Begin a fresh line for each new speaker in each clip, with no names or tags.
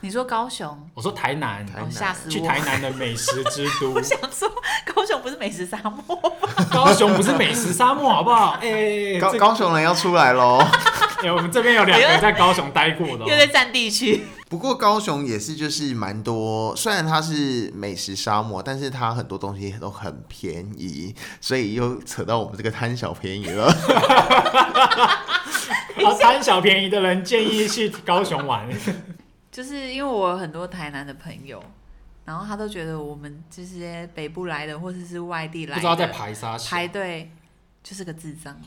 你说高雄？
我说台南，
哦，吓死我！
去台南的美食之都
我，想说， 高雄不是美食沙漠
哦
吗？
高雄不是美食沙漠，好不好？哎、欸，
高
这
高雄人要出来喽。
哎我们这边有两个人在高雄待过的、
又
哦，
在占地区，
不过高雄也是就是蛮多，虽然它是美食沙漠，但是它很多东西都很便宜，所以又扯到我们这个贪小便宜了。
啊，贪小便宜的人建议去高雄玩。
就是因为我有很多台南的朋友，然后他都觉得我们这些北部来的或者是外地来的，
不知道在排啥小
排队就是个智障。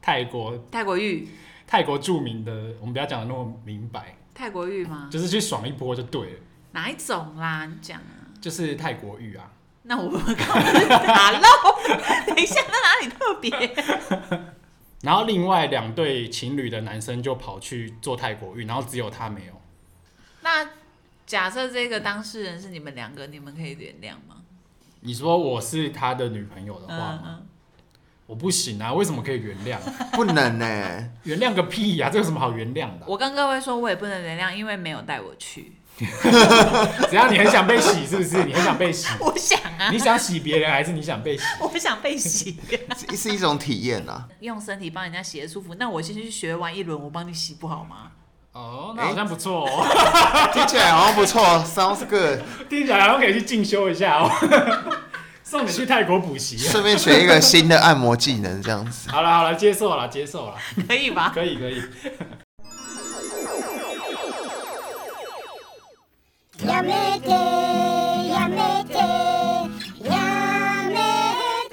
泰国
泰国浴，
泰国著名的，我们不要讲的那么明白，
泰国浴吗？
就是去爽一波就对了，
哪一种啦？你讲啊。
就是泰国浴啊。
那我们刚刚不是打 漏，等一下，那哪里特别？
然后另外两对情侣的男生就跑去做泰国浴，然后只有他没有。
那假设这个当事人是你们两个，你们可以原谅吗？
你说我是他的女朋友的话
嗯
吗？
嗯，
我不行啊，为什么可以原谅？
不能呢、
原谅个屁呀、这有什么好原谅的啊、
我跟各位说，我也不能原谅，因为没有带我 去。
只要你很想被洗，是不是？你很想被洗，
我想啊，
你想洗别人，还是你想被洗？
我想被 洗，
是是一种体验啊。
用身体帮人家洗的舒服。那我先去学完一轮，我帮你洗不好 吗？
哦，那好像不错哦，
听起来好像不错，sounds good。
听起来好像可以去进修一下哦， 送你去泰国补习。啊
顺便学一个新的按摩技能，这样子。
好了好了，接受了接受了，
可以吧？
可以可以。
やめてやめてやめて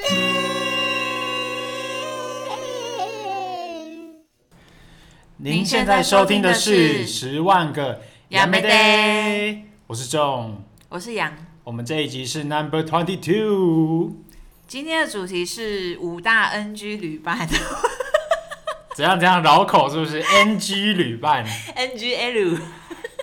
您现在收听的是
《十万个
亚美
得
得》，
我是仲。
我是杨，
我们这一集是 Number Twenty Two，
今天的主题是五大 NG 旅 伴
怎样怎样绕口是不是？NG 旅伴，
，NGL。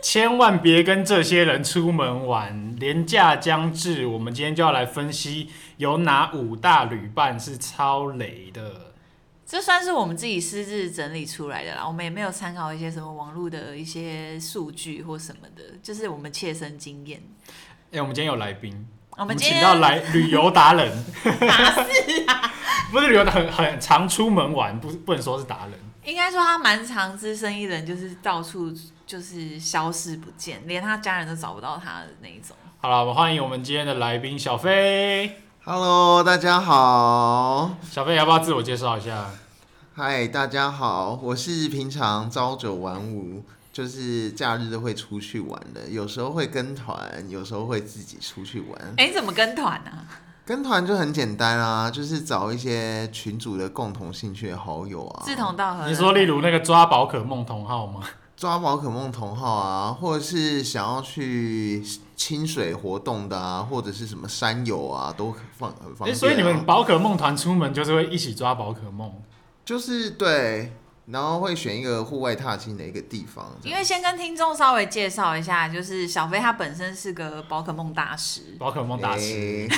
千万别跟这些人出门玩。廉价将至，我们今天就要来分析有哪五大旅伴是超雷的。
这算是我们自己私自整理出来的啦，我们也没有参考一些什么网络的一些数据或什么的，就是我们切身经验。
哎、我们今天有来宾，
我
我
们
们
今
请
天
到来旅游达人， 达啊？ 不是旅游达很很常出门玩，不是不能说是达人。
应该说他蛮常只身一人，就是到处就是消失不见，连他家人都找不到他的那一种。
好了，我们欢迎我们今天的来宾小飞。
Hello，大家好，
小飞，要不要自我介绍一下？
嗨，大家好，我是平常朝九晚五，就是假日都会出去玩的，有时候会跟团，有时候会自己出去玩。
哎，你怎么跟团啊？
跟团就很简单啊，就是找一些群主的共同兴趣的好友啊，
志同道合的。
你说，例如那个抓宝可梦同号吗？
抓宝可梦同号啊，或者是想要去清水活动的啊，或者是什么山友啊，都很方很方
哎、
便、啊
所以你们宝可梦团出门就是会一起抓宝可梦。
就是对，然后会选一个户外踏青的一个地方，这
因
样
为先跟听众稍微介绍一下，就是小飞他本身是个宝可梦大师，
宝可梦大师，
诶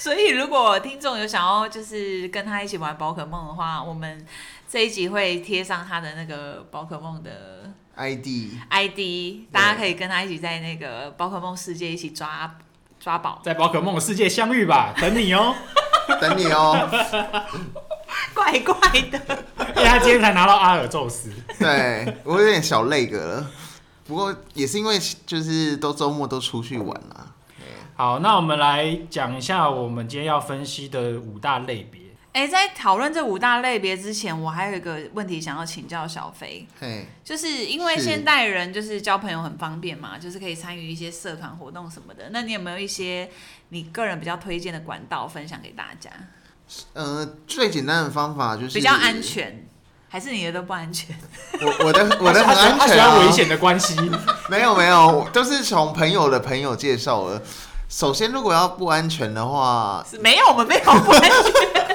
所以如果听众有想要就是跟他一起玩宝可梦的话，我们这一集会贴上他的那个宝可梦的
ID
ID，大家可以跟他一起在那个宝可梦世界一起抓抓宝。
在宝可梦的世界相遇吧， 等你哦、
等你哦。
怪怪的，
因为哎他今天才拿到阿尔宙斯。
对我有点小累个了，不过也是因为就是都周末都出去玩啦、
好，那我们来讲一下我们今天要分析的五大类别。
哎、在讨论这五大类别之前，我还有一个问题想要请教小飞，
嘿，
就是因为
是
现代人就是交朋友很方便嘛，就是可以参与一些社团活动什么的。那你有没有一些你个人比较推荐的管道分享给大家？
呃，最简单的方法就是
比较安。全，还是你的都不安全？
我我的我的
他
很
喜欢他
安
喜
全、啊，
欢危险的关系，
没有没有，我都是从朋友的朋友介绍的。首先，如果要不安全的话，
是没有，我们没有不安全。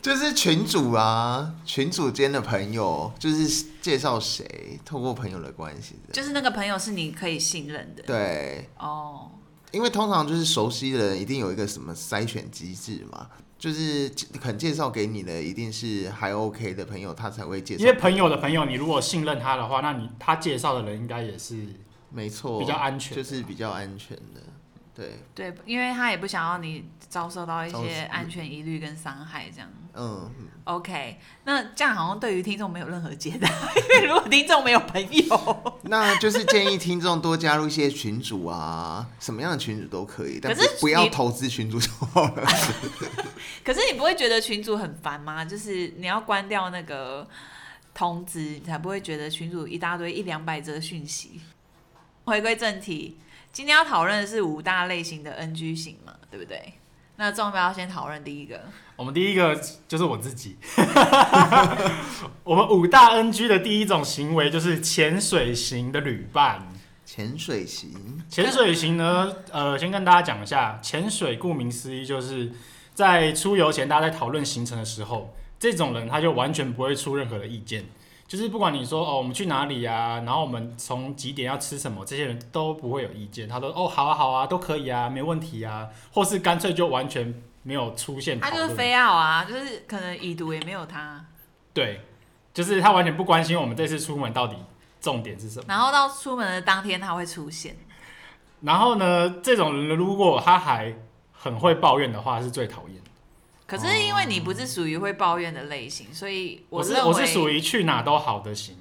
就是群主啊，群主间的朋友，就是介绍谁，透过朋友的关系的。
就是那个朋友是你可以信任的。
对，
哦，
因为通常就是熟悉的人一定有一个什么筛选机制嘛，就是肯介绍给你的，一定是还 OK 的朋友，他才会介
因为
绍。
朋友的朋友，你如果信任他的话，那你他介绍的人应该也是
没错，
比较安全的
就是比较安全的。对，
对，因为他也不想要你遭受到一
遭
些
受
安全疑虑跟伤害这样。
嗯，
OK，那这样好像对于听众没有任何解答， 因为如果听众没有朋友，
那就是建议听众多加入一些群组啊， 什么样的群组都可以，但
可是
不要
你
投资群组就 好了。
可是你不会觉得群主很烦吗？就是你要关掉那个通知，你才不会觉得群主一大堆一两百则讯息。回归正题，今天要讨论的是五大类型的 NG 型嘛，对不对？那中标要先讨论第一个，
我们第一个就是我自己。 我们五大 NG 的第一种行为就是潜水型的旅伴。
潜水型，
潜水型呢，呃，先跟大家讲一下，潜水顾名思义就是在出游前大家在讨论行程的时候，这种人他就完全不会出任何的意见，就是不管你说哦我们去哪里啊，然后我们从几点要吃什么，这些人都不会有意见，他都哦好啊好啊都可以啊没问题啊，或是干脆就完全没有出现讨
他就是
论。
非要啊，就是可能已读也没有他，
对，就是他完全不关心我们这次出门到底重点是什么。
然后到出门的当天他会出现，
然后呢，这种人如果他还很会抱怨的话，是最讨厌的。
可是因为你不是属于会抱怨的类型，所以
我是
认为
我是属于去哪都好的型，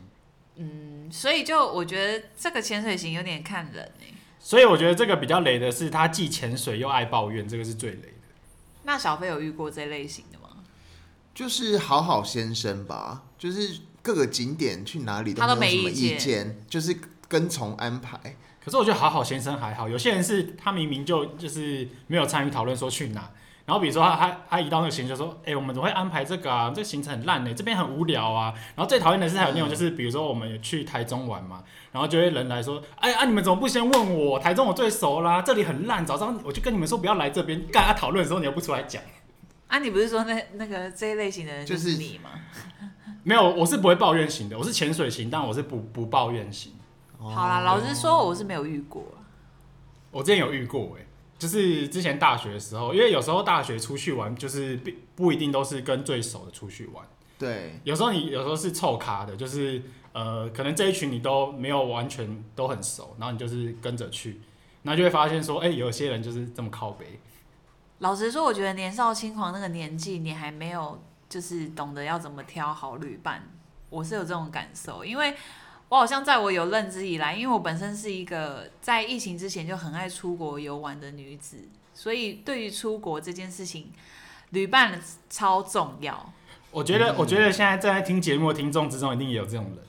所以就我觉得这个潜水型有点看人哎、
所以我觉得这个比较雷的是他既潜水又爱抱怨，这个是最雷的。
那小飞有遇过这类型的吗？
就是好好先生吧，就是各个景点去哪里
他都
没有什
没
么
意
意
见
见，就是跟从安排。
可是我觉得好好先生还好，有些人是他明明就就是没有参与讨论说去哪，然后比如说他他他一到那个行程就说，哎、我们怎么会安排这个啊？这个行程很烂呢、这边很无聊啊。然后最讨厌的是还有
嗯
那种就是比如说我们有去台中玩嘛，然后就会人来说，哎、啊你们怎么不先问我？台中我最熟啦，这里很烂，早知道我就跟你们说不要来这边。干他讨论的时候你又不出来讲。
啊，你不是说那那个这一类型的人就
就是
是你吗？
没有，我是不会抱怨型的，我是潜水型，但我是不不抱怨型。
好啦，老实说我是没有遇过啊，
我之前有遇过、欸，就是之前大学的时候，因为有时候大学出去玩，就是不不一定都是跟最熟的出去玩，
对，
有时候你有时候是凑咖的，就是呃，可能这一群你都没有完全都很熟，然后你就是跟着去，然后就会发现说，哎、有些人就是这么靠北。
老实说，我觉得年少轻狂那个年纪，你还没有就是懂得要怎么挑好旅伴，我是有这种感受，因为我好像在我有认知以来，因为我本身是一个在疫情之前就很爱出国游玩的女子，所以对于出国这件事情，旅伴超重要。
我觉得，我觉得现在正在听节目的听众之中，一定也有这种人。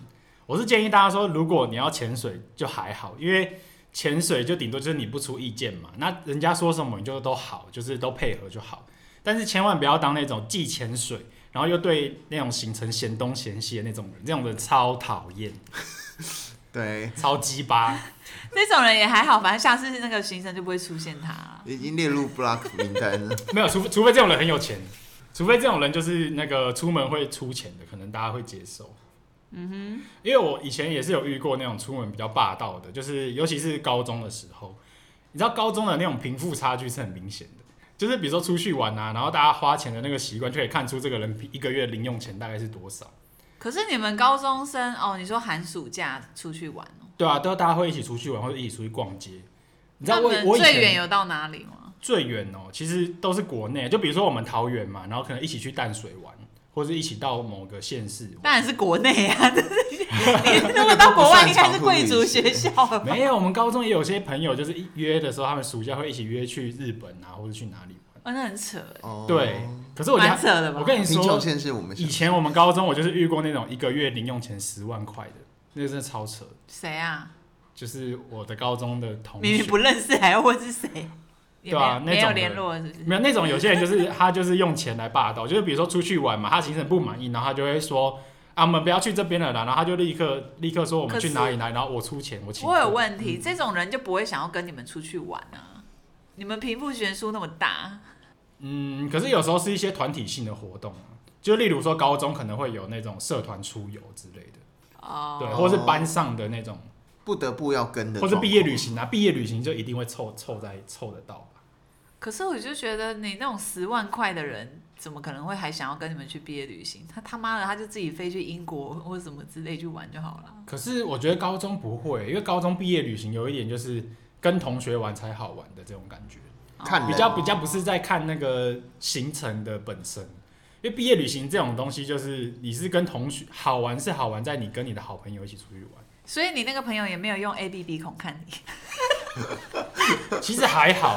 我是建议大家说，如果你要潜水就还好，因为潜水就顶多就是你不出意见嘛，那人家说什么你就都好，就是都配合就好。但是千万不要当那种既潜水，然后又对那种行程嫌东嫌西的那种人，这种人超讨厌，
对，
超鸡巴。
那种人也还好，反正下次那个行程就不会出现他了。
已经列入 block 名单了。
没有，除非除非这种人很有钱，除非这种人就是那个出门会出钱的，可能大家会接受。嗯哼，因为我以前也是有遇过那种出门比较霸道的，就是尤其是高中的时候，你知道高中的那种贫富差距是很明显的，就是比如说出去玩啊，然后大家花钱的那个习惯，就可以看出这个人一个月零用钱大概是多少。
可是你们高中生哦，你说寒暑假出去玩哦，
对啊，都大家会一起出去玩，或者一起出去逛街。你知道
那
我
你们
我以前
最远有到哪里吗？
最远哦，其实都是国内，就比如说我们桃园嘛，然后可能一起去淡水玩，或者一起到某个县市玩。
当然是国内啊， 这是你如果到国外应该是贵族学校了吧？
没有，我们高中也有些朋友，就是一约的时候，他们暑假会一起约去日本啊，或者去哪里玩。
哦，那很扯欸，
哦，
对，可是我觉
蛮
得，
扯的吧
我？跟你
贫穷
说，
线是我们
以
想
前我们高中我就是遇过那种一个月零用钱十万块的，那个真的超扯。
谁啊？
就是我的高中的同
明
学
明，不认识还要问是谁？也
对啊
没有没
那
有
种
联
的
络是不是？
没有那种有些人就是他就是用钱来霸道，就是比如说出去玩嘛，他行程不满意，然后他就会说啊我们不要去这边了啦，然后他就立刻立刻说我们
可是
去哪里哪里，然后我出钱我请客。
我有问
嗯
题，这种人就不会想要跟你们出去玩啊？你们贫富悬殊那么大，
嗯，可是有时候是一些团体性的活动啊，就例如说高中可能会有那种社团出游之类的，
哦，
对，或是班上的那种，
不得不要跟的，
或是毕业旅。行啊，毕业旅行就一定会凑凑在凑得到吧。
可是我就觉得你那种十万块的人，怎么可能会还想要跟你们去毕业旅行？他他妈的，他就自己飞去英国或什么之类去玩就好了。
可是我觉得高中不会，因为高中毕业旅行有一点就是跟同学玩才好玩的这种感觉，
看
哦
人
比较比较不是在看那个行程的本身，因为毕业旅行这种东西就是你是跟同学好玩是好玩在你跟你的好朋友一起出去玩，
所以你那个朋友也没有用 A B B 孔看你，
其实还好，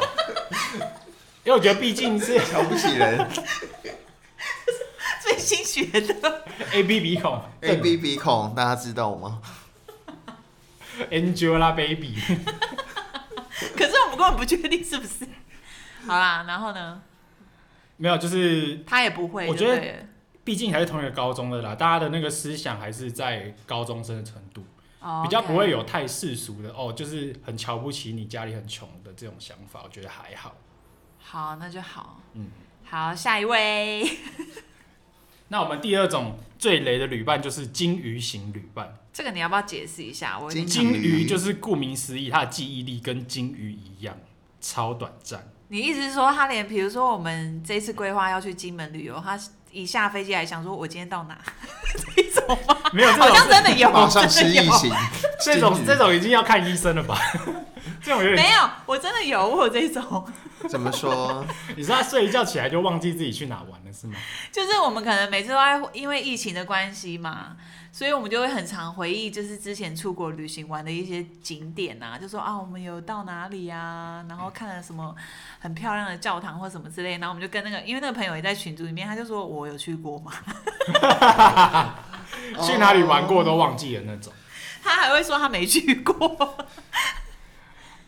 因为我觉得毕竟是
瞧不起人
最新学的。
A B 鼻孔
，A B 鼻孔，大家知 道吗？
Angelababy，
可是我们根本不确定是不是。 好啦，然后呢，
没有就是
他也不会
我
就
觉
对
得
了，
毕竟还是同一个高中的啦，大家的那个思想还是在高中生的程度，
哦
比较
OK
不会有太世俗的哦，就是很瞧不起你家里很穷的这种想法，我觉得还好。
好，那就好。
嗯，
好，下一位，
那我们第二种最雷的旅伴就是金鱼型旅伴，
这个你要不要解释一下？我有点
金
金鱼就是顾名思义，它的记忆力跟金鱼一样超短暂。
你意思是说，他连比如说我们这次规划要去金门旅游，他一下飞机还想说我今天到哪？这种吗？
没有这
好
种
像真的有，
马上失
真的
忆
有。
型，
这种
金鱼
这种已经要看医生了吧？ 这种有 点，
没有，我真的有，我有这种，
怎么说？
你说他睡一觉起来就忘记自己去哪玩了是吗？
就是我们可能每次都在因为疫情的关系嘛，所以我们就会很常回忆，就是之前出国旅行玩的一些景点啊，就说啊，我们有到哪里啊，然后看了什么很漂亮的教堂或什么之类，然后我们就跟那个，因为那个朋友也在群组里面，他就说我有去过嘛， 哦
去哪里玩过都忘记了那种。
他还会说他没去过，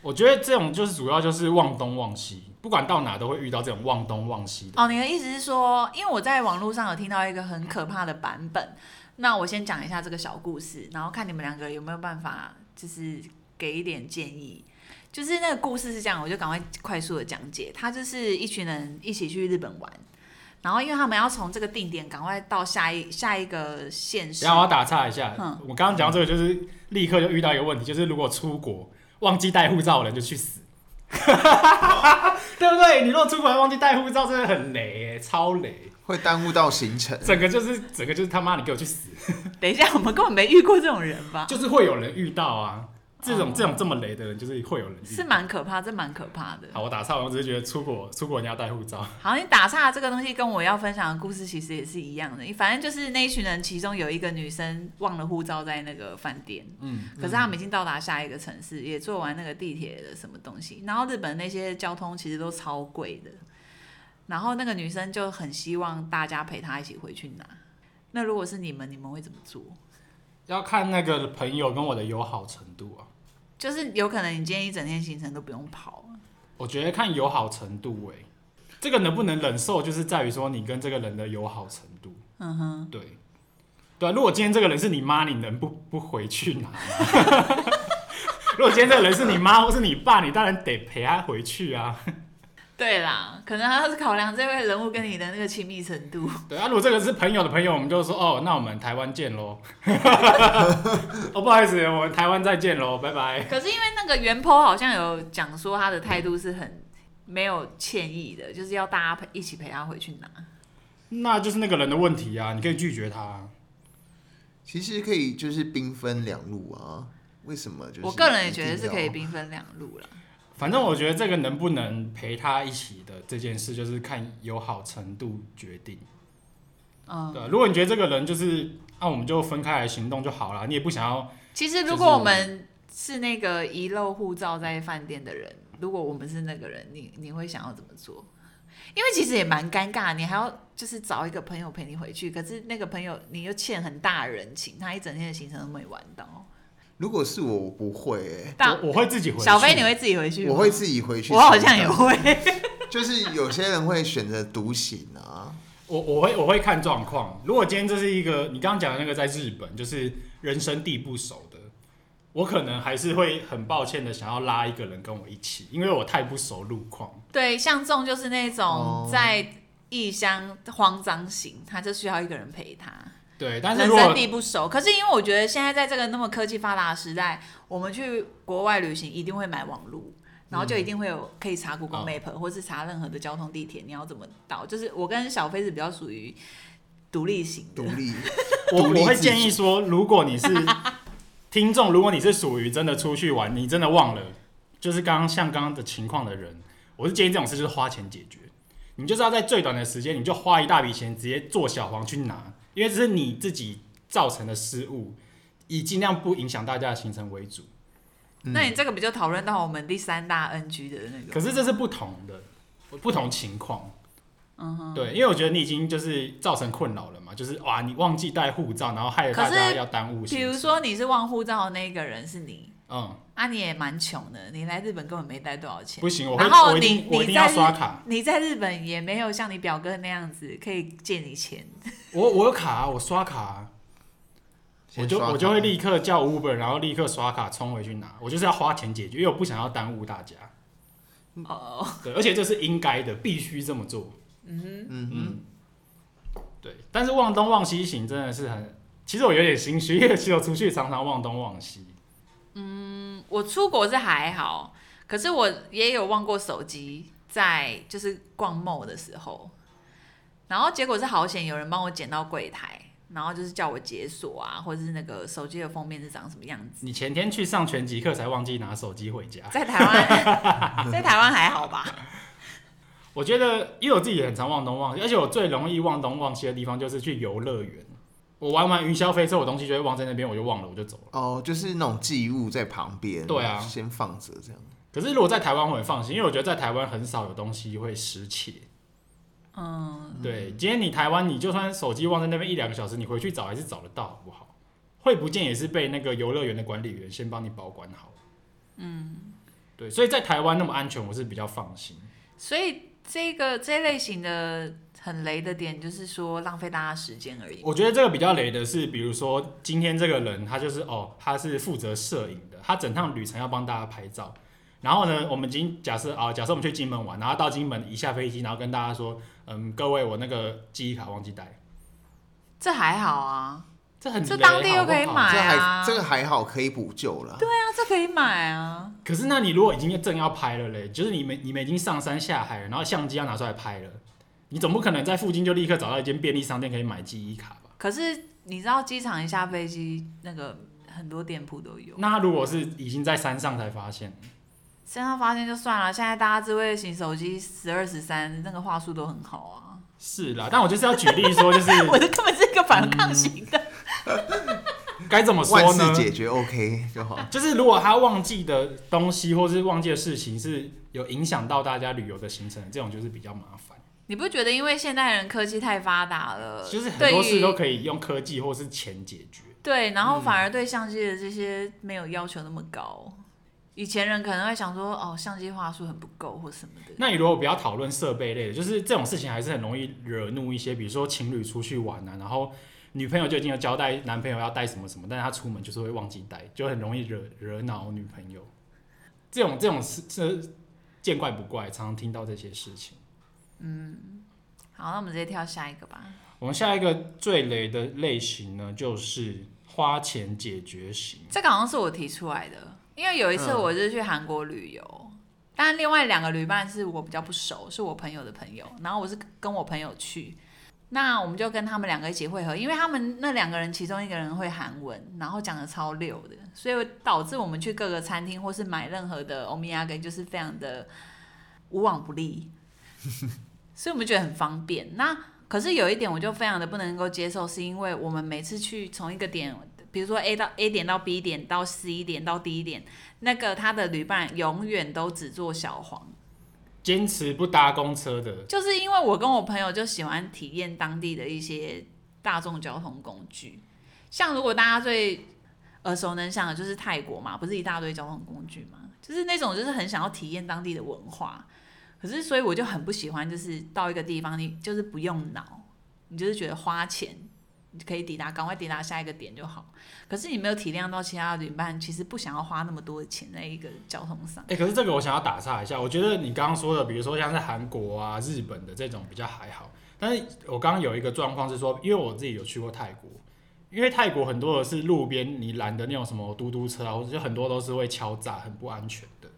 我觉得这种就是主要就是忘东忘西，不管到哪都会遇到这种忘东忘西的。
哦，你的意思是说，因为我在网络上有听到一个很可怕的版本，那我先讲一下这个小故事，然后看你们两个有没有办法，就是给一点建议。就是那个故事是这样，我就赶快快速的讲解。他就是一群人一起去日本玩，然后因为他们要从这个定点赶快到下一下一个县市
然，后我要打岔一下，
嗯
我刚刚讲到这个就是立刻就遇到一个问题，就是如果出国忘记带护照的人就去死，对不对？你如果出国还忘记带护照，真的很雷、欸，超雷，
会耽误到行程。
整个就是整个就是他妈你给我去死，
等一下我们根本没遇过这种人吧？
就是会有人遇到啊，这种、
啊哦
这种这么雷的人就是会有人遇
是
到。
蛮可怕，这蛮可怕的。
好，我打岔完，我只是觉得出国出国人要带护照，
好，你打岔这个东西跟我要分享的故事其实也是一样的。反正就是那一群人，其中有一个女生忘了护照在那个饭店，
嗯，
可是他们已经到达下一个城市，也坐完那个地铁的什么东西。然后日本那些交通其实都超贵的，然后那个女生就很希望大家陪她一起回去拿。那如果是你们，你们会怎么做？
要看那个朋友跟我的友好程度啊。
就是有可能你今天一整天行程都不用跑，
我觉得看友好程度、欸，这个能不能忍受，就是在于说你跟这个人的友好程度。
嗯哼，
对，对、啊，如果今天这个人是你妈，你能不不回去拿吗？ 如果今天这个人是你妈或是你爸，你当然得陪他回去啊。
对啦，可能他是考量这位人物跟你的那个亲密程度。
对啊，如果这个是朋友的朋友，我们就说哦，那我们台湾见喽。 哦，不好意思，我们台湾再见喽，拜拜。
可是因为那个袁坡好像有讲说他的态度是很没有歉意的，就是要大家陪一起陪他回去拿。
那就是那个人的问题啊，你可以拒绝他啊。
其实可以就是兵分两路啊。为什么？就是
我个人也觉得
一定
是
要
可以兵分两路了。
反正我觉得这个能不能陪他一起的这件事，就是看友好程度决定。
嗯，
对，如果你觉得这个人就是，那、我们就分开来行动就好了。你也不想要，
其实如果我们是那个遗漏护照在饭店的人，如果我们是那个人，你你会想要怎么做？因为其实也蛮尴尬，你还要就是找一个朋友陪你回去，可是那个朋友你又欠很大的人情，他一整天的行程都没玩到。
如果是我，我不会、欸，
大
我我会自己回去。
小飞，你会自己回去吗？
我会自己回去。
我好像也，会。
就是有些人会选择独行啊。
我我会我会看状况。如果今天这是一个你刚刚讲的那个在日本，就是人生地不熟的，我可能还是会很抱歉的想要拉一个人跟我一起，因为我太不熟路况。
对，像这种就是那种
哦
在异乡慌张型，他就需要一个人陪他，
对，但是
人
如果
生地不熟。可是因为我觉得现在在这个那么科技发达的时代，我们去国外旅行一定会买网路。然后就一定会有可以查 Google
嗯
Map、或是查任何的交通地铁，你要怎么到？就是我跟小飞是比较属于独立型的
独，立，
我
独立
我会
自
建议
主
说，如果 你是听众，如果你是属于真的出去玩，你真的忘了，就是刚刚像刚刚的情况的人，我是建议这种事就是花钱解决。你就是要在最短的时间，你就花一大笔钱直接做小黄去拿，因为这是你自己造成的失误，以尽量不影响大家的行程为主。
嗯
那你这个不就讨论到我们第三大 NG 的那个？
可是这是不同的，不同情况。嗯对，因为我觉得你已经就是造成困扰了嘛，就是哇，你忘记带护照，然后害得大
可
家
是
要耽误行程。
比如说你是忘护照的那个人是你，
嗯，
啊，你也蛮穷的，你来日本根本没带多少钱
不。行，我会
然后
我一
你
定我一
你
定要
在
刷
日
卡，
你在日本也没有像你表哥那样子可以借你钱，
我我有卡啊、我刷卡啊、我
先
就
刷卡
我就会立刻叫 Uber，然后立刻刷卡冲回去拿，我就是要花钱解决，因为我不想要耽 误大家。
哦，
对，而且这是应该的，必须这么做。
嗯
嗯，对，但是忘东忘西行真的是很，其实我有点心虚，因为其实我出去常常忘东忘西。
我出国是还好，可是我也有忘过手机，在就是逛 mall 的时候，然后结果是好险有人帮我捡到柜台，然后就是叫我解锁啊，或者是那个手机的封面是长什么样 子。
你前天去上拳击课才忘记拿手机回家，
在台湾，在台湾还好吧？
我觉得因为我自己也很常忘东忘西，而且我最容易忘东忘西的地方就是去游乐园。我玩完云霄飞车，我东西就会忘在那边，我就忘了，我就走了。
哦，就是那种寄物在旁边，
对啊
先放着这样。
可是如果在台湾，我很放心，因为我觉得在台湾很少有东西会失窃。
嗯，
对，今天你台湾，你就算手机忘在那边一两个小时，你回去找还是找得到，好不好？会不见也是被那个游乐园的管理员先帮你保管好。嗯，对，所以在台湾那么安全，我是比较放心。
所以这个这类型的很雷的点就是说浪费大家时间而已。
我觉得这个比较雷的是，比如说今天这个人他就是哦，他是负责摄影的，他整趟旅程要帮大家拍照。然后呢，我们今假设啊、假设我们去金门玩，然后到金门一下飞机，然后跟大家说，嗯，各位，我那个记忆卡忘记带，
这还好啊，
这很
这
雷
当地
好
又
不
可以
好
这
买
还
啊
这个还好，可以补救了。
对
对，
啊，这可以买啊。
可是，那你如果已经正要拍了嘞，就是你们你们已经上山下海了，然后相机要啊拿出来拍了，你总不可能在附近就立刻找到一间便利商店可以买记忆卡吧？
可是你知道机场一下飞机，那个很多店铺都有。
那如果是已经在山上才发现，
身上发现就算了，现在大家智慧型手机十二十三那个话术都很好啊。
是啦。但我就是要举例说，就是
我这根本是一个反抗型
嗯
的。
该怎么说
万事解
呢？
决 OK 就好。
就是如果他忘记的东西或是忘记的事情是有影响到大家旅游的行程，这种就是比较麻烦。
你不觉得因为现代人科技太发达了，
就是很
对
多
于
事都可以用科技或是钱解决。
对，然后反而对相机的这些没有要求那么高。以前人可能会想说，哦，相机话术很不够或什么的。
那你如果不要讨论设备类的，就是这种事情还是很容易惹怒一些，比如说情侣出去玩啊，然后女朋友就已经有交代男朋友要带什么什么，但是他出门就是会忘记带，就很容易惹惹恼女朋友。这种这种事这见怪不怪，常常听到这些事情。
好，那我们直接跳下一个吧。
我们下一个最雷的类型呢，就是花钱解决型。
这个好像是我提出来的，因为有一次
嗯
我就是去韩国旅游，但另外两个旅伴是我比较不熟，是我朋友的朋友，然后我是跟我朋友去，那我们就跟他们两个一起会合，因为他们那两个人其中一个人会韩文，然后讲的超溜的，所以导致我们去各个餐厅或是买任何的欧米亚给就是非常的无往不利，所以我们觉得很方便。那可是有一点我就非常的不能够接受，是因为我们每次去从一个点，比如说 A 到 A 点到 B 点到 C 点到 D 点，那个他的旅伴永远都只坐小黄，
坚持不搭公车的，
就是因为我跟我朋友就喜欢体验当地的一些大众交通工具，像如果大家最耳熟能详的就是泰国嘛，不是一大堆交通工具嘛，就是那种就是很想要体验当地的文化，可是所以我就很不喜欢，就是到一个地方你就是不用脑，你就是觉得花钱。你可以抵达，赶快抵达下一个点就好。可是你没有体谅到其他的旅伴其实不想要花那么多的钱在一个交通上。
哎、可是这个我想要打岔一下，我觉得你刚刚说的，比如说像是韩国啊、日本的这种比较还好，但是我刚刚有一个状况是说，因为我自己有去过泰国，因为泰国很多的是路边你拦的那种什么嘟嘟车啊，或者就很多都是会敲诈，很不安全的，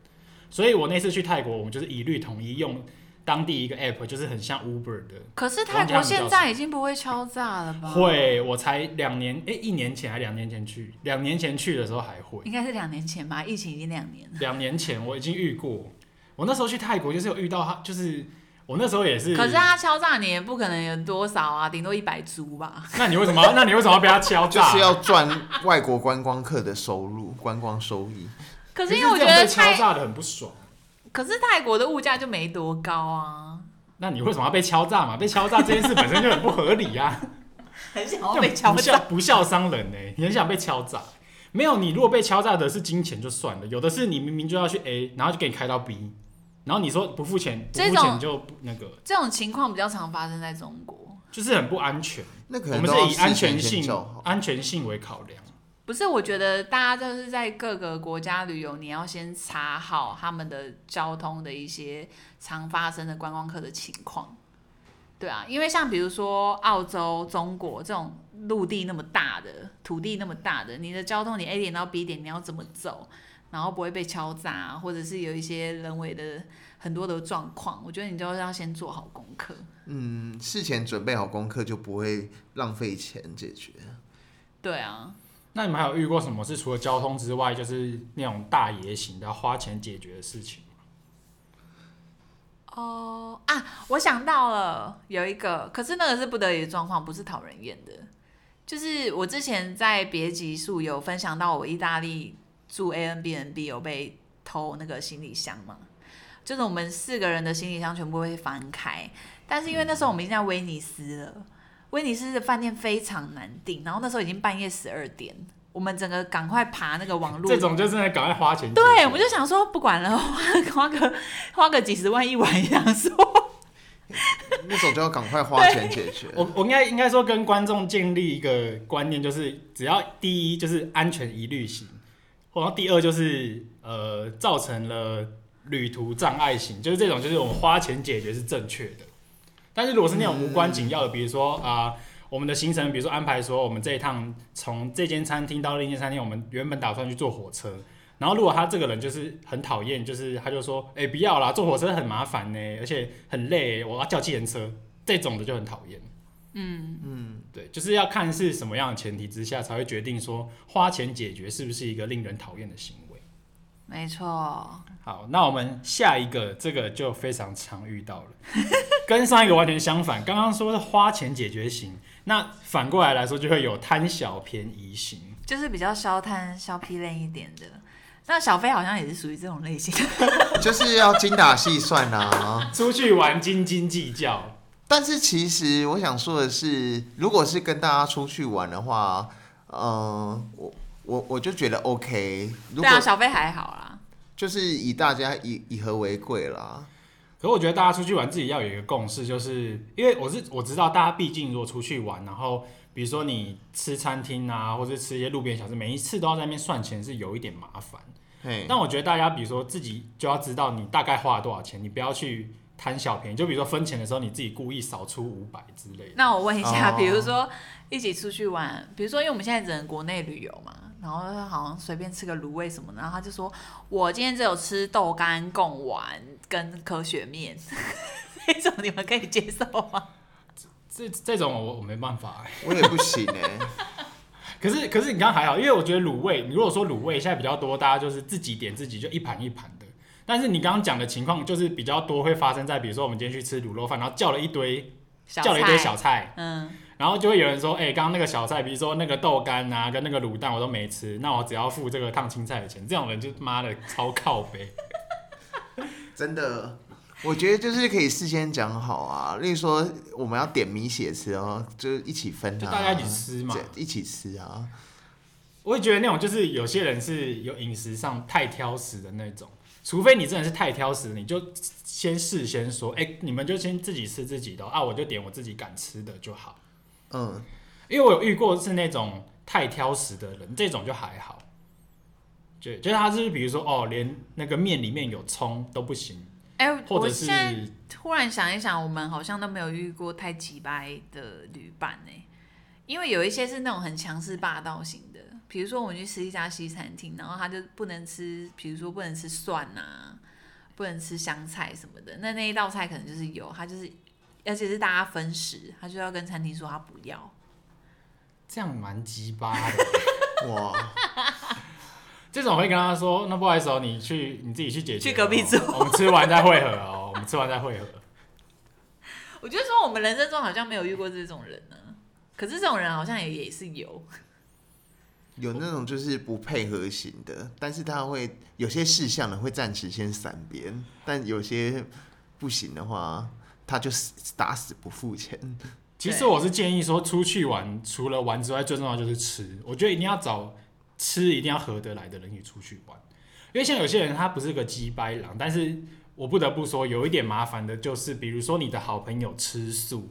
所以我那次去泰国，我们就是一律统一用当地一个 app，就是很像 Uber 的。
可是泰国现在已经不会敲诈了吧？，
会，我才两年，哎、一年前还两年前去，两年前去的时候还会。
应该是两年前吧，疫情已经两年了。
两年前我已经遇过，我那时候去泰国就是有遇到他，就是我那时候也是。
可是啊他敲诈你也不可能有多少啊，顶多一百株吧。
那你为什 么要？那你为什么要被他敲
就
诈？
是要赚外国观光客的收入，观光收益。
可
可
是因为我觉得
被敲
泰，
诈的很不爽。
可是泰国的物价就没多高啊，
那你为什么要被敲诈嘛？被敲诈这件事本身就很不合理啊，
很想
这
要
样
被敲
不
诈
孝。不孝伤人呢、你很想被敲诈？没有，你如果被敲诈的是金钱就算了，有的是你明明就要去 A，然后就给你开到 B，然后你说不付钱，不
这
付
种
钱就不那个，
这种情况比较常发生在中国。
就是很不安全。
那可
我
能
们
都要
是以安
事前
全
先
性
叫好。
安全性为考量。
不是，我觉得大家就是在各个国家旅游，你要先查好他们的交通的一些常发生的观光客的情况。对啊，因为像比如说澳洲、中国这种陆地那么大的、土地那么大的，你的交通你 A 点到 B 点你要怎么走，然后不会被敲诈，啊或者是有一些人为的很多的状况，我觉得你就要先做好功课。
嗯，事前准备好功课就不会浪费钱解决。
对啊，
那你们还有遇过什么是除了交通之外，就是那种大爷型的要花钱解决的事情？
哦啊，我想到了有一个，可是那个是不得已的状况，不是讨人厌的。就是我之前在别集数有分享到，我意大利住 A N B N B 有被偷那个行李箱嘛，就是我们四个人的行李箱全部会翻开，但是因为那时候我们已经在威尼斯了，威尼斯的饭店非常难订，然后那时候已经半夜十二点，我们整个赶快爬那个网络
这种就是在赶快花钱解决。
对，我就想说不管了， 花花个花个几十万一晚，想说
那种就要赶快花钱解决。
我我应该应该说跟观众建立一个观念，就是只要第一就是安全疑虑型，然后第二就是呃造成了旅途障碍型，就是这种就是我们花钱解决是正确的。但是如果是那种无关紧要的，比如说啊、我们的行程，比如说安排说我们这一趟从这间餐厅到另一间餐厅，我们原本打算去坐火车。然后，如果他这个人就是很讨厌，就是他就说：“哎、不要啦，坐火车很麻烦呢、而且很累、我要叫计程车。”这种的就很讨厌。对，就是要看是什么样的前提之下，才会决定说花钱解决是不是一个令人讨厌的行为。
没错，
好，那我们下一个这个就非常常遇到了，跟上一个完全相反。刚刚说是花钱解决型，那反过来来说就会有贪小便宜型。
就是比较消贪、消疲累一点的。那小飞好像也是属于这种类型，
就是要精打细算啊。
出去玩斤斤计较，
但是其实我想说的是，如果是跟大家出去玩的话，嗯、我我我就觉得 OK。如
对
果
啊，小飞还好啦。
就是以大家以以和为贵啦，
可我觉得大家出去玩自己要有一个共识，就是因为我是我知道大家毕竟如果出去玩，然后比如说你吃餐厅啊，或者吃一些路边小吃，每一次都要在那边算钱是有一点麻烦。
嘿，
但我觉得大家，比如说自己就要知道你大概花了多少钱，你不要去贪小便宜。就比如说分钱的时候，你自己故意少出五百之类的。
那我问一下，
哦
比如说一起出去玩，比如说因为我们现在只能国内旅游嘛，然后他好像随便吃个卤味什么的，然后他就说我今天只有吃豆干、贡丸跟科学面， 那种你们可以接受吗？
这这种我我没办法、欸。
我也不行哎、
可是可是你刚刚还好，因为我觉得卤味，你如果说卤味现在比较多，大家就是自己点自己就一盘一盘的。但是你刚刚讲的情况就是比较多会发生在，比如说我们今天去吃卤肉饭，然后叫了一堆
小
叫了一堆
菜
小菜，
嗯，
然后就会有人说，哎、刚刚那个小菜，比如说那个豆干啊，跟那个卤蛋我都没吃，那我只要付这个烫青菜的钱。这种人就妈的超靠背。
真的。我觉得就是可以事先讲好啊，例如说我们要点米血吃哦，就一起分啊，
就大家一起吃嘛
这一起吃啊。
我也觉得那种就是有些人是有饮食上太挑食的那种，除非你真的是太挑食，你就先事先说，哎、你们就先自己吃自己的啊，我就点我自己敢吃的就好。
嗯，
因为我有遇过是那种太挑食的人，这种就还好。就就是他是比如说哦，连那个面里面有葱都不行，
哎、
或
我
者是
现在突然想一想，我们好像都没有遇过太急掰的旅伴呢、因为有一些是那种很强势霸道型的，比如说我们去吃一家西餐厅，然后他就不能吃，比如说不能吃蒜啊，不能吃香菜什么的。那那一道菜可能就是有，他就是而且是大家分食，他就要跟餐厅说他不要。
这样蛮鸡巴的。
哇，
这种我会跟他说，那不好意思哦，你去你自己去解决哦，
去隔壁桌
我们吃完再汇合哦，我们吃完再汇合。
我觉得说我们人生中好像没有遇过这种人呢、可是这种人好像也也是有，
有那种就是不配合型的，但是他会有些事项呢会暂时先闪边，但有些不行的话，他就死打死不付钱。
其实
对
我是建议说，出去玩除了玩之外，最重要就是吃。我觉得一定要找吃一定要合得来的人一起出去玩，因为像有些人他不是个鸡掰狼，但是我不得不说，有一点麻烦的就是，比如说你的好朋友吃素，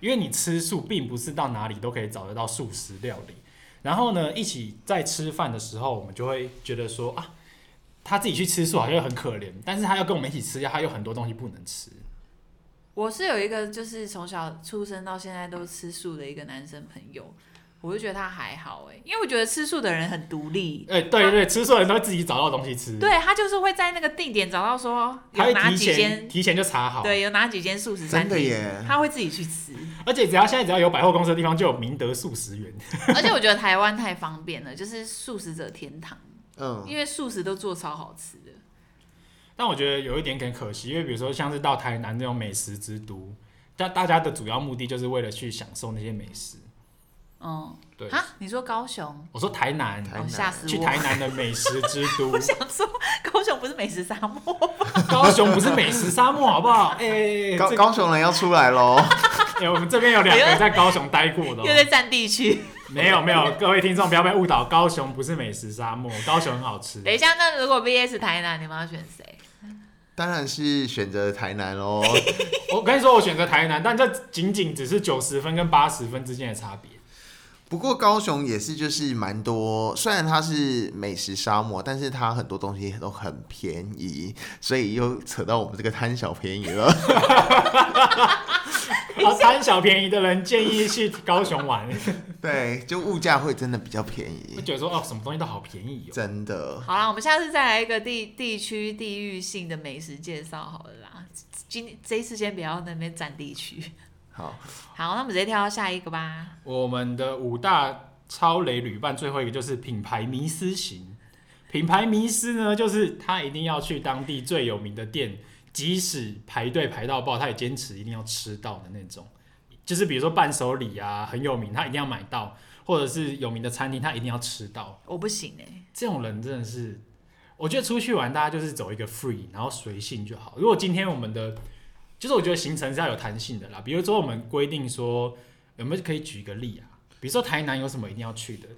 因为你吃素并不是到哪里都可以找得到素食料理。然后呢，一起在吃饭的时候，我们就会觉得说啊，他自己去吃素好像很可怜，但是他要跟我们一起吃，他有很多东西不能吃。
我是有一个就是从小出生到现在都吃素的一个男生朋友，我就觉得他还好哎、因为我觉得吃素的人很独立，
哎、对对，吃素的人都会自己找到东西吃。
对他就是会在那个定点找到说
嗯他
有
会
哪
提
几
前
间，
提前就查好，，
对，有哪几间素食餐
真的
厅，
耶，
他会自己去 吃。
而且只要现在只要有百货公司的地方，就有明德素食园。
而且我觉得台湾太方便了，就是素食者天堂，
嗯，
因为素食都做超好吃的。
但我觉得有一点很可惜，因为比如说像是到台南这种美食之都，但大家的主要目的就是为了去享受那些美食。
嗯，
对，
哈，你说高雄，
我说台南，
台
哦，
南
吓死
去
我！
台南的美食之 都，
我想说，高雄不是美食沙漠，
哦高雄不是美食沙漠，好不好？哎、
高
这个
高雄人要出来喽，
哎我们这边有两
哎
个
呦
在高雄待过 的、
又在
哦，
占地区。
没有没有，各位听众不要被误导，高雄不是美食沙漠，高雄很好吃。
等一下，那如果 VS 台南，你们要选谁？
当然是选择台南喽。
我跟你说，我选择台南，但这仅仅只是九十分跟八十分之间的差别。
不过高雄也是就是蛮多，虽然它是美食沙漠，但是它很多东西都很便宜，所以又扯到我们这个贪小便宜了。
啊，贪小便宜的人建议去高雄玩，
对，就物价会真的比较便宜
会，觉得说哦，什么东西都好便宜哦。
真的。
好啦，我们下次再来一个地地区地域性的美食介绍好了啦。今这一次先不要那边占地区。
好，
好，那我们直接跳到下一个吧。
我们的五大超雷旅伴最后一个就是品牌迷思型。品牌迷思呢，就是他一定要去当地最有名的店，即使排队排到爆，他也坚持一定要吃到的那种。就是比如说伴手礼啊，很有名，他一定要买到，或者是有名的餐厅，他一定要吃到。
我不行哎、
这种人真的是，我觉得出去玩大家就是走一个 free，然后随性就好。如果今天我们的，就是我觉得行程是要有弹性的啦。比如说我们规定说，有没有可以举一个例啊？比如说台南有什么一定要去的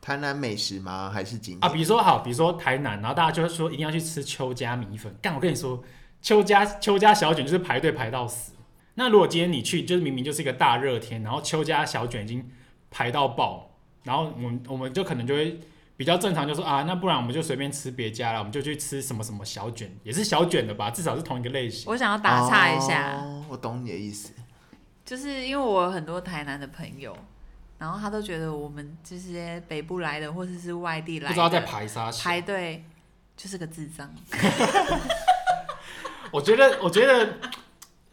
台南美食吗？还是景
啊？
点？
比如说好，比如说台南，然后大家就会说一定要去吃邱家米粉。但我跟你说，邱家邱家小卷就是排队排到死。那如果今天你去，就是明明就是一个大热天，然后邱家小卷已经排到爆，然后我们我们就可能就会比较正常，就说啊，那不然我们就随便吃别家了，我们就去吃什么什么小卷，也是小卷的吧，至少是同一个类型。
我想要打岔一下。
哦，我懂你的意思。
就是因为我有很多台南的朋友，然后他都觉得我们这些北部来的或者是外地来的，
不知道在排啥小
排队就是个智障。
我觉得，我觉得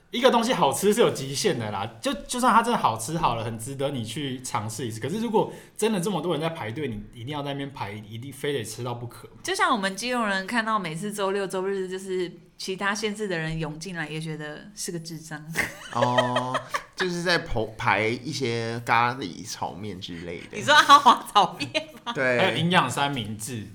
一个东西好吃是有极限的啦。就就算它真的好吃好了，很值得你去尝试一次。可是如果真的这么多人在排队，你一定要在那边排，一定非得吃到不可。
就像我们基隆人看到每次周六周日就是其他县市的人涌进来，也觉得是个智 障。
哦， 就是在排排一些咖喱炒面之类
你哎
的。
说阿华炒面，
还有
对，
营养三明治，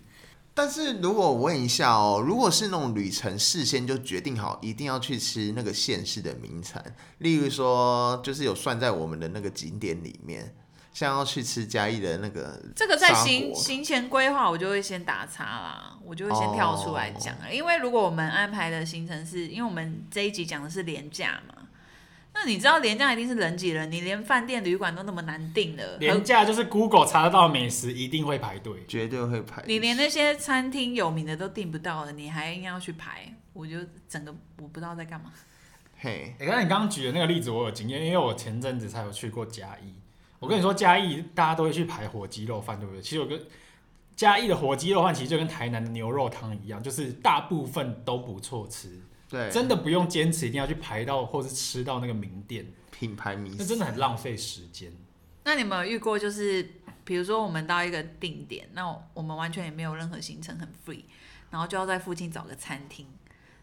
但是如果我问一下哦，如果是那种旅程事先就决定好一定要去吃那个县市的名产，例如说就是有算在我们的那个景点里面，像要去吃嘉义的那个
这个在
砂
行
锅
行前规划，我就会先打叉啦，我就会先跳出来讲
哦
了。因为如果我们安排的行程是，因为我们这一集讲的是廉价嘛，那你知道廉价一定是人挤人，你连饭店旅馆都那么难订了，何
廉价就是 Google 查得到美食一定会排队。
绝对会排。
你连那些餐厅有名的都订不到了，你还硬要去排，我就整个我不知道在干嘛。
嘿，
你看、哎你刚刚举的那个例子，我有经验，因为我前阵子才有去过嘉义。我跟你说，嘉义大家都会去排火鸡肉饭，对不对？其实有个嘉义的火鸡肉饭其实就跟台南的牛肉汤一样，就是大部分都不错吃，
对，
真的不用坚持一定要去排到或是吃到那个名店，
品牌迷
那
思
真的很浪费时间。
那你们有遇过就是，比如说我们到一个定点，那我们完全也没有任何行程，很 free，然后就要在附近找个餐厅，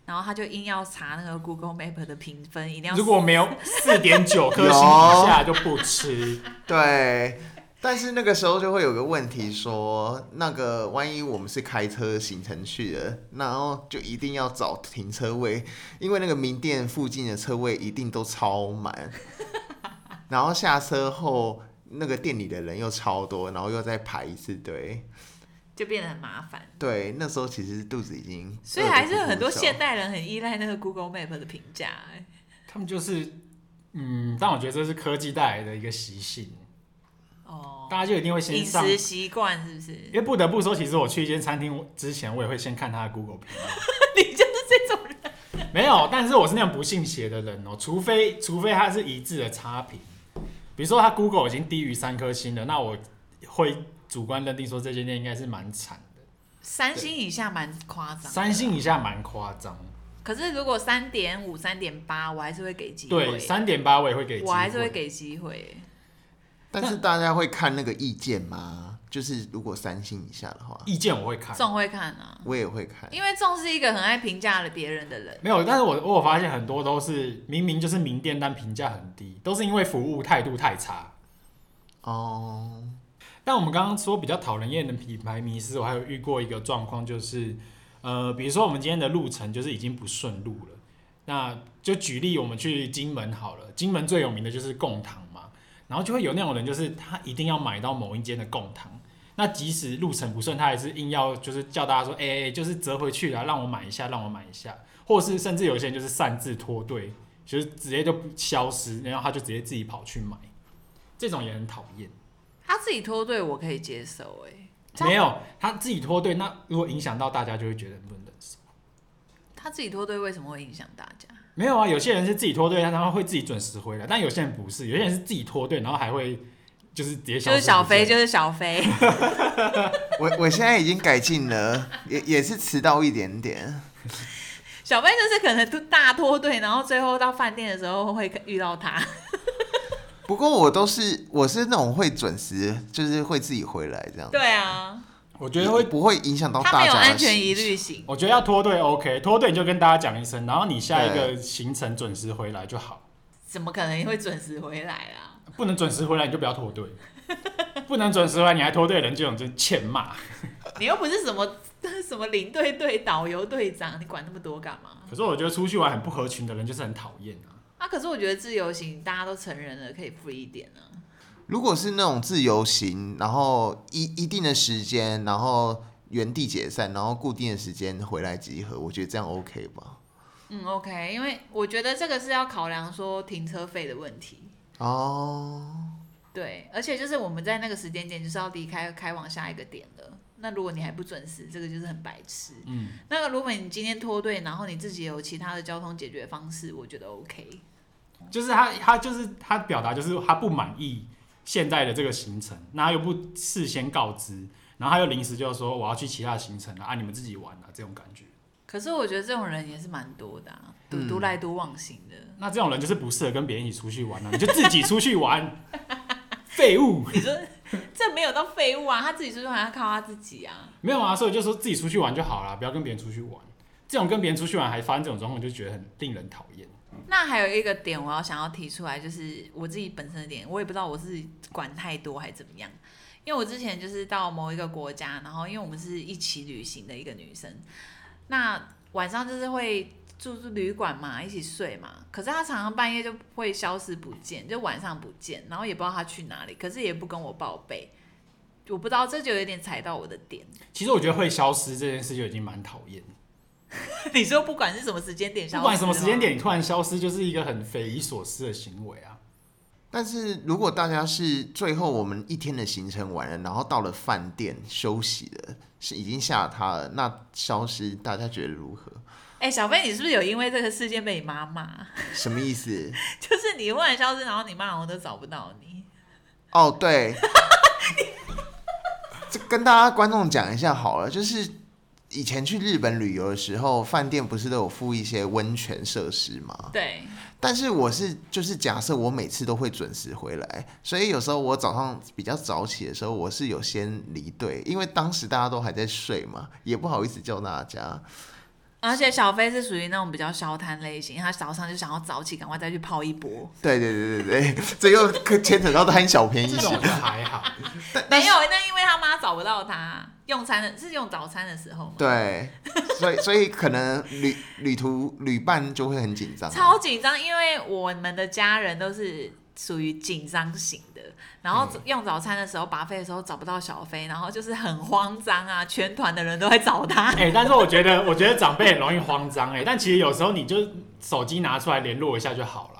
然后他就硬要查那个 Google Map 的评分，一定要
如果没有四点 九颗星
有
以下就不吃，
对。但是那个时候就会有个问题说那个万一我们是开车行程去的，然后就一定要找停车位，因为那个名店附近的车位一定都超 满。然后下车后，那个店里的人又超多，然后又再排一次队。
就变得很麻
呃
烦。
对，那时候其实肚子已经饿得不负
所
手，
以还是有很多现代人很依赖那个 Google Map 的评价、欸
他们就是嗯，但我觉得这是科技带来的一个习性，
哦，
大家就一定会先
饮
上
食习惯是不是？
因为不得不说，其实我去一间餐厅之前，我也会先看它的 Google 评
你就是这种人，
论。 没有，但是我是那种不信邪的人哦、除非除非它是一致的差评，比如说它 Google 已经低于三颗星了，那我会主观认定说这间店应该是蛮惨的，
三星以下蛮夸张的，
三星以下蛮夸张。
可是如果三点五、三点八，我还是会给机会。
对，三点八我也会给机会，
我还是会给机会。 欸
但是大家会看那个意见吗？就是如果三星以下的话，
意见，我会看。
仲会看啊，
我也会看。
因为仲是一个很爱评价了别人的人。
没有，但是我我有发现很多都是明明就是名店，但评价很低，都是因为服务态度太差。
哦，
但我们刚刚说比较讨人厌的品牌迷失，我还有遇过一个状况，就是呃，比如说我们今天的路程就是已经不顺路了，那就举例我们去金门好了，金门最有名的就是贡糖嘛，然后就会有那种人，就是他一定要买到某一间的贡糖。那即使路程不顺，他还是硬要就是叫大家说，哎、哎哎就是折回去啦，让我买一下，让我买一下，或是甚至有些人就是擅自脱队，就是直接就不消失，然后他就直接自己跑去买，这种也很讨厌。
他自己脱队，我可以接受、欸。他
没有，他自己脱队，那如果影响到大家，就会觉得很不能忍受。
他自己脱队为什么会影响大家？
没有啊，有些人是自己脱队，然后会自己准时回来，但有些人不是，有些人是自己脱队，然后还会就是直接消
就
失
是小
不见
飞，就是小飞。
我我现在已经改进了，也也是迟到一点点。
小飞就是可能都大脱队，然后最后到饭店的时候会遇到他。
不过我都是我是那种会准时，就是会自己回来这样。
对啊，
我觉得会，
不会影响到
他
大
没有
家的
安全疑
习
虑型。
我觉得要脱队 OK，脱队你就跟大家讲一声，然后你下一个行程准时回来就好，
怎么可能会准时回来啊？
不能准时回来你就不要脱队， 不能准时回来你还脱队的人，这种就是欠骂。
你又不是什么 什么领队队、导游队长，你管那么多干嘛？
可是我觉得出去玩很不合群的人就是很讨厌啊。
啊，可是我觉得自由行大家都成人了，可以 free 一点啊。
如果是那种自由行，然后一一定的时间，然后原地解散，然后固定的时间回来集合，我觉得这样 OK 吧？
嗯，OK，因为我觉得这个是要考量说停车费的问题。
哦，
对，而且就是我们在那个时间点就是要离开，开往下一个点了。那如果你还不准时，这个就是很白痴。
嗯，
那如果你今天脱队，然后你自己有其他的交通解决方式，我觉得 OK。
就是他他就是他表达就是他不满意现在的这个行程，那他又不事先告知，然后他又临时就说我要去其他的行程了啊，你们自己玩啊这种感觉。
可是我觉得这种人也是蛮多的、啊，独
嗯
独来独往型的。
那这种人就是不适合跟别人一起出去玩啊，你就自己出去玩，废物。
你说这没有到废物啊，他自己出去玩要靠他自己啊。
没有啊，所以我就说自己出去玩就好了，不要跟别人出去玩。这种跟别人出去玩还发生这种状况，就觉得很令人讨厌。
那还有一个点，我要想要提出来，就是我自己本身的点，我也不知道我是管太多还是怎么样。因为我之前就是到某一个国家，然后因为我们是一起旅行的一个女生，那晚上就是会住住旅馆嘛，一起睡嘛。可是她常常半夜就会消失不见，就晚上不见，然后也不知道她去哪里，可是也不跟我报备。我不知道，这就有点踩到我的点。
其实我觉得会消失这件事就已经蛮讨厌，
你说不管是什么时间点消失，
不管什么时间，点，你突然消失就是一个很匪夷所思的行为啊。
但是如果大家是最后我们一天的行程完了，然后到了饭店休息了，是已经下榻了，那消失大家觉得如何？
哎、小飞，你是不是有因为这个事件被你妈骂？
什么意思？
就是你忽然消失，然后你骂我都找不到你。
哦，对，哦 这跟大家观众讲一下好了，就是以前去日本旅游的时候，饭店不是都有附一些温泉设施吗？
对，
但是我是就是假设我每次都会准时回来，所以有时候我早上比较早起的时候，我是有先离队，因为当时大家都还在睡嘛，也不好意思叫大家。
而且小飞是属于那种比较消摊类型，他早上就想要早起，赶快再去泡一波。
对对对对对，这又牵扯到贪小便宜
这。种就还
啊
好，
没有，那因为他妈找不到他，用餐的是用早餐的时候嘛，
对，所以所以可能旅旅途旅伴就会很紧张啊。
超紧张，因为我们的家人都是属于紧张型的，然后
嗯
用早餐的时候，拔费的时候找不到小飞，然后就是很慌张啊，全团的人都在找他。
哎、但是我觉得，我 觉得长辈很容易慌张，哎，但其实有时候你就手机拿出来联络一下就好了。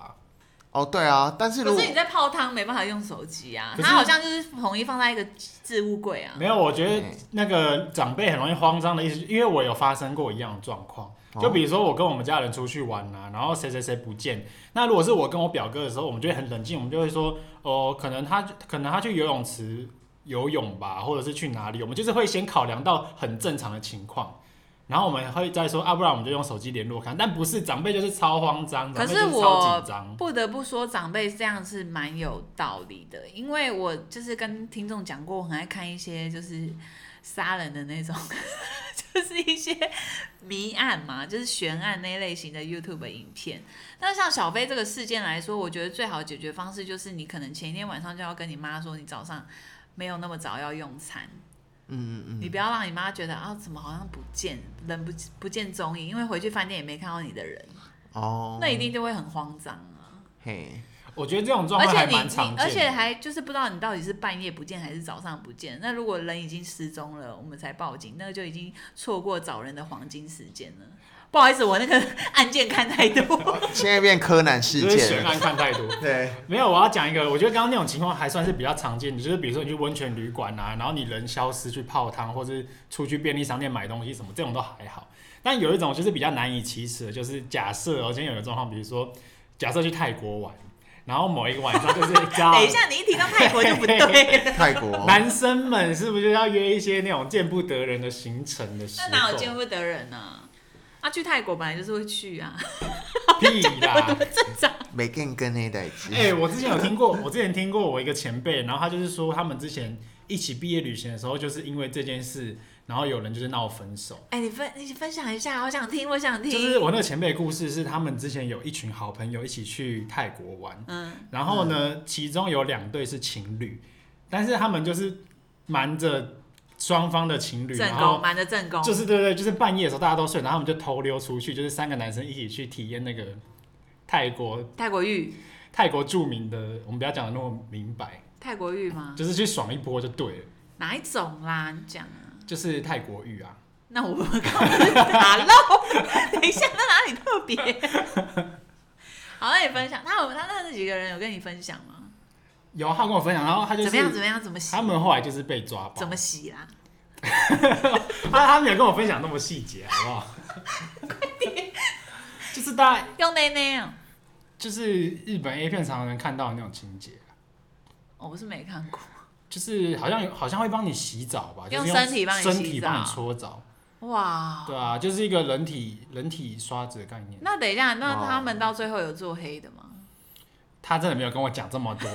哦，对啊，但是如
可
果
是你在泡汤没办法用手机啊，
可是
他好像就是统一放在一个置物柜啊。
没有，我觉得
对
那个长辈很容易慌张的意思，因为我有发生过一样的状况。
哦
就比如说我跟我们家人出去玩啊，然后谁谁谁不见，那如果是我跟我表哥的时候，我们就会很冷静，我们就会说，哦、可能他可能他去游泳池游泳吧，或者是去哪里，我们就是会先考量到很正常的情况，然后我们会再说，啊，不然我们就用手机联络看，但不是长辈就是超慌张，
可
长辈
是
就是超
我
紧张。
不得不说，长辈这样是蛮有道理的，因为我就是跟听众讲过，我很爱看一些就是杀人的那种， 就是一些谜案嘛，就是悬案那类型的 YouTube 影片。那像小飞这个事件来说，我觉得最好解决方式就是你可能前一天晚上就要跟你妈说，你早上没有那么早要用餐，
嗯嗯嗯，
你不要让你妈觉得啊，怎么好像不见人不不见踪影，因为回去饭店也没看到你的人，
哦，
那一定就会很慌张啊。
嘿，
我觉得这种状
而
况
且
还
你
蛮常
你
见，的。
而且还就是不知道你到底是半夜不见还是早上不见。那如果人已经失踪了，我们才报警，那就已经错过找人的黄金时间了。不好意思，我那个 案件看太多。
现在变柯南事
就是
件
悬
了，
案看太多。
对，
没有，我要讲一个，我觉得刚刚那种情况还算是比较常见的，就是比如说你去温泉旅馆啊，然后你人消失去泡汤，或是出去便利商店买东西什么，这种都还好。但有一种就是比较难以启齿的，就是假设哦，今天有个状况，比如说假设去泰国玩，然后某一个晚上就是 叫
等一下，你一提到泰国就不对 了。
泰国
男生们是不是要约一些那种见不得人的行程的时
那
候？
哪有见不得人呢、啊？去泰国本来就是会去啊，
屁啦！
正常。
没跟跟那代机，
哎、我之前有听过，我之前听过我一个前辈，然后他就是说他们之前一起毕业旅行的时候，就是因为这件事，然后有人就是闹分手。
哎、你分你分享一下，好想听，我想听。
就是我那个前辈的故事是，他们之前有一群好朋友一起去泰国玩，
嗯，
然后呢，其中有两对是情侣，但是他们就是瞒着双方的情侣，
正
然
宫
后
瞒着正宫，
就是对对，就是半夜的时候大家都睡，然后他们就偷溜出去，就是三个男生一起去体验那个泰国
泰国浴，
泰国著名的，我们不要讲的那么明白，
泰国浴吗？
就是去爽一波就对了，
哪一种啦？你讲啊。
就是泰国浴啊。
那我们刚是打漏，等一下，那哪里特别？好，那你分享，他有他那几个人有跟你分享吗？
有啊他跟我分享，然后他就
怎么样？怎
是
么样？怎么洗
他？们后来就是被抓包，
怎么洗啊啦？
他他没有跟我分享那么细节，好不好？快点，就是大概
用内内啊？
就是日本 A 片常常能看到的那种情节，啊
哦我是没看过。
就是好像有好像会帮你洗澡吧，就是
用身体帮你洗澡
身体帮你搓澡，
哇，
对啊，就是一个人体人体刷子的概念。
那等一下，那
哦
哇
他们到最后有做黑的吗？
他真的没有跟我讲这么多，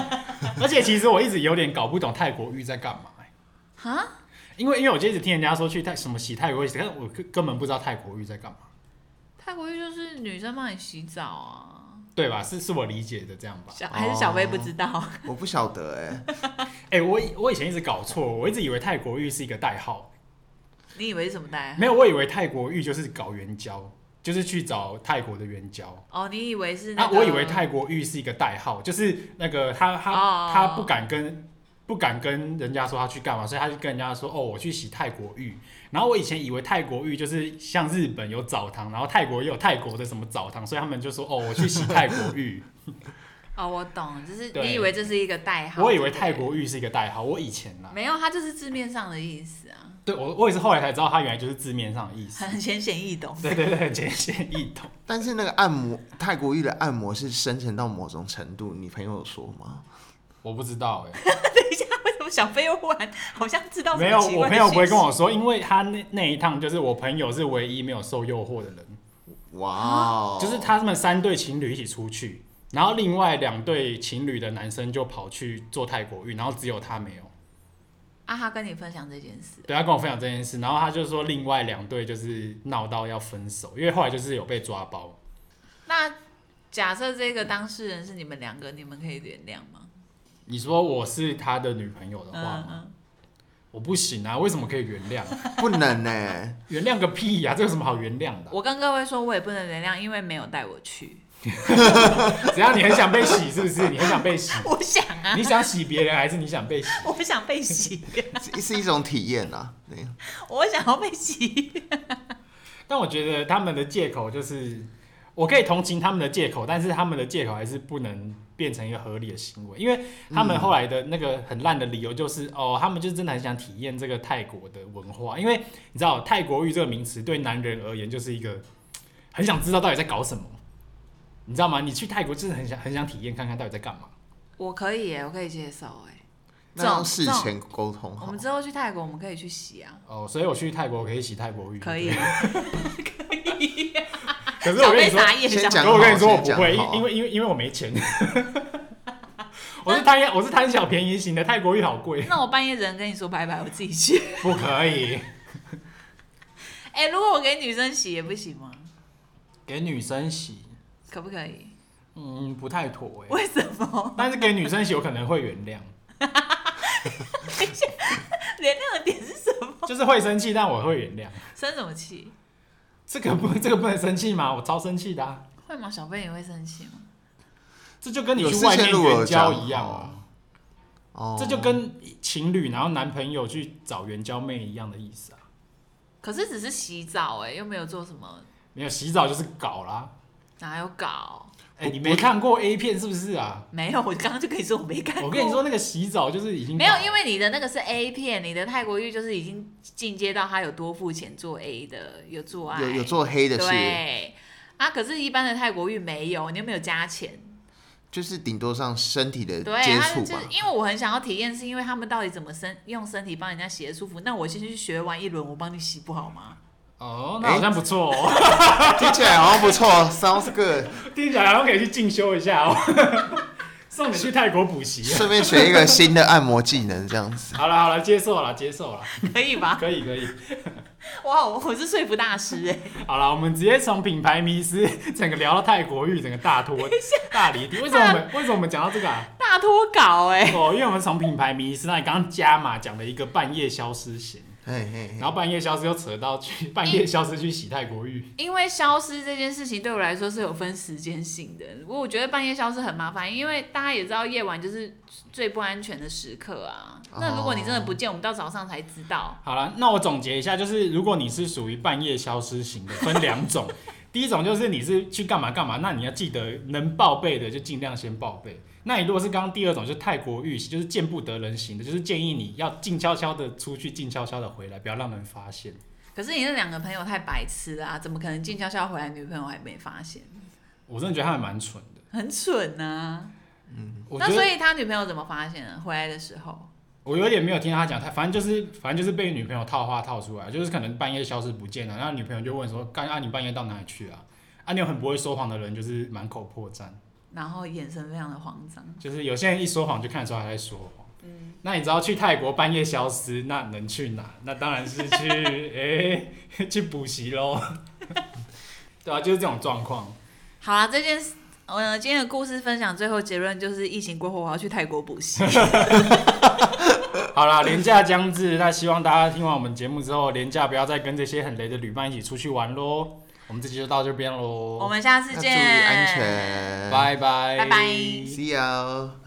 而且其实我一直有点搞不懂泰国浴在干嘛、欸
哈？
因为因为我就一直听人家说去泰什么洗泰国浴，但我根根本不知道泰国浴在干嘛，
泰国浴就是女生帮你洗澡啊，
对吧？是是我理解的这样吧？
小还是小薇不知道？
我不晓得哎、
哎、我以我以前一直搞错，我一直以为泰国浴是一个代号，
你以为是什么代？
没有，我以为泰国浴就是搞援交，就是去找泰国的援交。
哦，你以为是
那、
那个？
啊我以为泰国浴是一个代号，就是那个他他、
哦
他不敢跟不敢跟人家说他去干嘛，所以他就跟人家说哦，我去洗泰国浴。然后我以前以为泰国浴就是像日本有澡堂，然后泰国也有泰国的什么澡堂，所以他们就说哦，我去洗泰国浴。
哦，我懂，就是
对
你以为这是一个代号。
我以为
对不对
泰国浴是一个代号，我以前啦，
没有，它就是字面上的意思啊。
对我我也是后来才知道它原来就是字面上的 意思。
很浅显易懂。
对对对，很浅显易懂。
但是那个按摩泰国浴的按摩是深沉到某种程度，你朋友有说吗？
我不知道哎、
等一下，为什么小飞又忽然好像知道什
没
么
有，
奇怪
我
的
朋友不会
信息
跟我说，因为他那那一趟就是我朋友是唯一没有受诱惑的人，
哇
啊
哦，
就是他们三对情侣一起出去，然后另外两对情侣的男生就跑去做泰国浴，然后只有他没有。
啊，他跟你分享这件事，
对他跟我分享这件事，然后他就说另外两对就是闹到要分手，因为后来就是有被抓包。
那假设这个当事人是你们两个，你们可以原谅吗？
你说我是他的女朋友的话
嗯
吗？
嗯，
我不行啊，为什么可以原谅？
不能哎呢、
原谅个屁呀、这有什么好原谅的啊、
我跟各位说，我也不能原谅，因为没有带我去。
只要你很想被洗，是不是？你很想被 洗，
我想啊
你，想洗别人还是你想被洗？
我不想被洗，
是是一种体验啊。对，
我想要被洗。
但我觉得他们的借口就是，我可以同情他们的借口，但是他们的借口还是不能变成一个合理的行为，因为他们后来的那个很烂的理由就是，哦，他们就是真的很想体验这个泰国的文化，因为你知道泰国浴这个名词对男人而言就是一个很想知道到底在搞什么，你知道吗？你去泰国就是很想很想体验看看到底在干嘛。
我可以耶，我可以接受哎。
那要事前沟通
我
好
们。之后去泰国，我们可以去洗啊，
哦，所以我去泰国我可以洗泰国浴，
可以。
嗯
啊
可是
小
我跟
贝
你说，
傻眼，
先
小
讲
可我跟你说，我
好
不
先
会，
讲好
因因为因为因为我没 钱。我是贪我是贪小便宜型的，泰国浴好贵，
那我半夜只能跟你说拜拜，我自己去。
不可以
哎、如果我给女生洗也不行吗？
给女生洗，
可不可以？
嗯，不太妥哎。
为什么？
但是给女生洗，我可能会原谅，
原谅的点是什么？
就是会生气，但我会原谅。
生什么气？
这个不这个不能生气吗？我超生气的、啊，
会吗？小贝也会生气吗？
这就跟你
有
去
事
外
先
面
如果有
援交
讲
一样
好
啊，
哦
这就跟情侣然后男朋友去找援交妹一样的意思啊。
可是只是洗澡、哎，又没有做什么，
没有洗澡就是搞啦，
哪有搞？
哎、你没看过 A 片是不是 啊？
没有，我刚刚就跟你说我没看过。
我跟你说，那个洗澡就是已经
没有
搞，了
因为你的那个是 A 片，你的泰国浴就是已经进阶到他有多付钱做 A 的，有做爱，
有有做黑的事，
对啊。可是，一般的泰国浴没有，你又没有加钱。
就是顶多上身体的
对，
接
他
触
就是
吧。
因为我很想要体验，是因为他们到底怎么身用身体帮人家洗的舒服。那我先去学完一轮，我帮你洗不好吗？
哦，那好像不错哦，
听起来好像不错，sounds good。
听起来好像可以去进修一下哦， 送你去泰国补习。
顺便学一个新的按摩技能，这样子。
好了好了，接受了接受了，
可以吧？
可以可以。
哇，我我是说服大师哎、
好了，我们直接从品牌迷失整个聊到泰国浴，整个大脱大离题。为什么我们为什么我们讲到这个啊？
大脱稿哎、
哦，因为我们从品牌迷失，那你刚刚加码讲了一个半夜消失型，
嘿嘿
然后半夜消失又扯到去半夜消失去洗泰国浴。
因为消失这件事情对我来说是有分时间性的，不过我觉得半夜消失很麻烦，因为大家也知道夜晚就是最不安全的时刻啊。那如果你真的不见，我们到早上才知道。
好了，那我总结一下，就是如果你是属于半夜消失型的，分两种。第一种就是你是去干嘛干嘛，那你要记得能报备的就尽量先报备。那你如果是刚刚第二种，就是泰国遇袭，就是见不得人型的，就是建议你要静悄悄的出去，静悄悄的回来，不要让人发现。
可是你那两个朋友太白痴了啊，怎么可能静悄悄回来，女朋友还没发现？
我真的觉得他们蛮蠢的。
很蠢啊！
我觉
那所
得
以他女朋友怎么发现的？回来的时候，
我有点没有听他讲，他反正就是反正就是被女朋友套话套出来，就是可能半夜消失不见了，啊然后女朋友就问说：“干啊，你半夜到哪里去啊？”啊，你有很不会说谎的人，就是满口破绽。
然后眼神非常的慌张。
就是有些人一说谎就看得出来他在说谎。那你知道去泰国半夜消失，那能去哪？那当然是去 诶、 去补习喽。 对啊，就是这种状况。
好啦，这件事，呃，今天的故事分享最后结论就是，疫情过后我要去泰国补习。
好啦，廉价将至，那希望大家听完我们节目之后，廉价不要再跟这些很雷的旅伴一起出去玩喽。我们这集就到这边
我
喽，
们下次
要
见，
注意安全。
拜拜，
拜拜
See you.